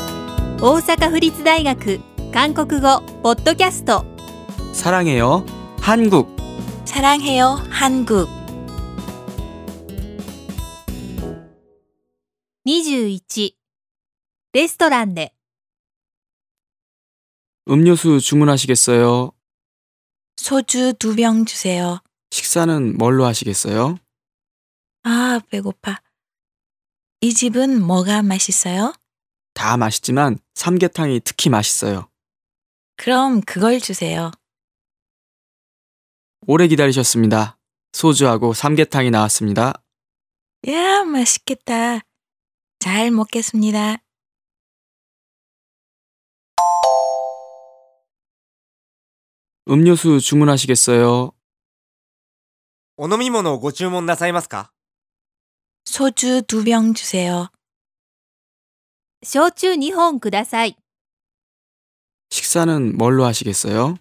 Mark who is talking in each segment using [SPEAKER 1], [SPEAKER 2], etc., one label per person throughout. [SPEAKER 1] 大阪府立大学韓国語ポッドキャスト
[SPEAKER 2] 사랑해요. 한국.
[SPEAKER 3] 사랑해요 한국
[SPEAKER 1] 21レストランで
[SPEAKER 2] 음료수 주문하시겠어요?
[SPEAKER 3] 소주 두 병 주세요.
[SPEAKER 2] 식사는 뭘로 하시겠어요?
[SPEAKER 3] 아 배고파. 이 집은 뭐가 맛있어요?
[SPEAKER 2] 다 맛있지만 삼계탕이 특히 맛있어요.
[SPEAKER 3] 그럼 그걸 주세요.
[SPEAKER 2] 오래 기다리셨습니다. 소주하고 삼계탕이 나왔습니다.
[SPEAKER 3] 야 맛있겠다. 잘 먹겠습니다.
[SPEAKER 2] 음료수 주문하시겠어요?
[SPEAKER 4] お飲み物をご注文なさいますか
[SPEAKER 3] 소주 두 병 주세요.
[SPEAKER 1] 焼酎2本ください
[SPEAKER 2] 식사는 뭘로 하시겠어요?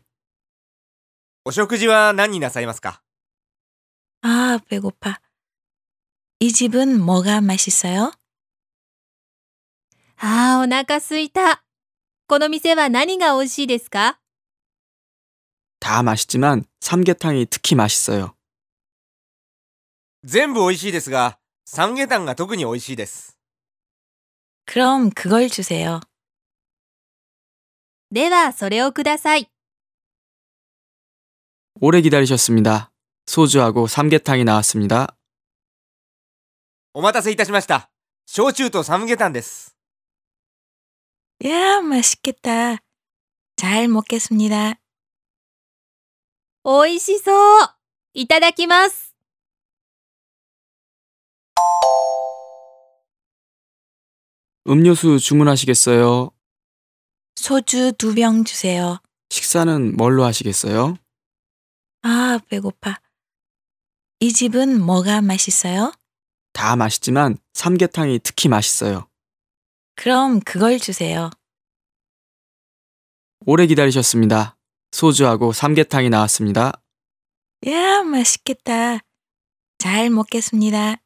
[SPEAKER 4] お食事は何になさいますか
[SPEAKER 3] 아 배고파. 이 집은 뭐가 맛있어요?
[SPEAKER 1] あーお腹すいたこの店は何が美味しいですか
[SPEAKER 2] 다 맛있지만 삼계탕이 특히 맛있어요.
[SPEAKER 4] 全部美味しいですが、三下タンが特に美味しいです。
[SPEAKER 3] 그럼 그걸 주세요.
[SPEAKER 1] ではそれをください
[SPEAKER 2] 오래 기다리셨습니다. 소주하고 삼계탕이 나왔습니다.
[SPEAKER 4] お待たせいたしました。焼酎と三下タンです。
[SPEAKER 3] 야 맛있겠다. 잘 먹겠습니다.
[SPEAKER 1] 美味しそういただきます
[SPEAKER 2] 음료수 주문하시겠어요?
[SPEAKER 3] 소주 두 병 주세요.
[SPEAKER 2] 식사는 뭘로 하시겠어요?
[SPEAKER 3] 아 배고파. 이 집은 뭐가 맛있어요?
[SPEAKER 2] 다 맛있지만 삼계탕이 특히 맛있어요.
[SPEAKER 3] 그럼 그걸 주세요.
[SPEAKER 2] 오래 기다리셨습니다. 소주하고 삼계탕이 나왔습니다.
[SPEAKER 3] 야, 맛있겠다. 잘 먹겠습니다.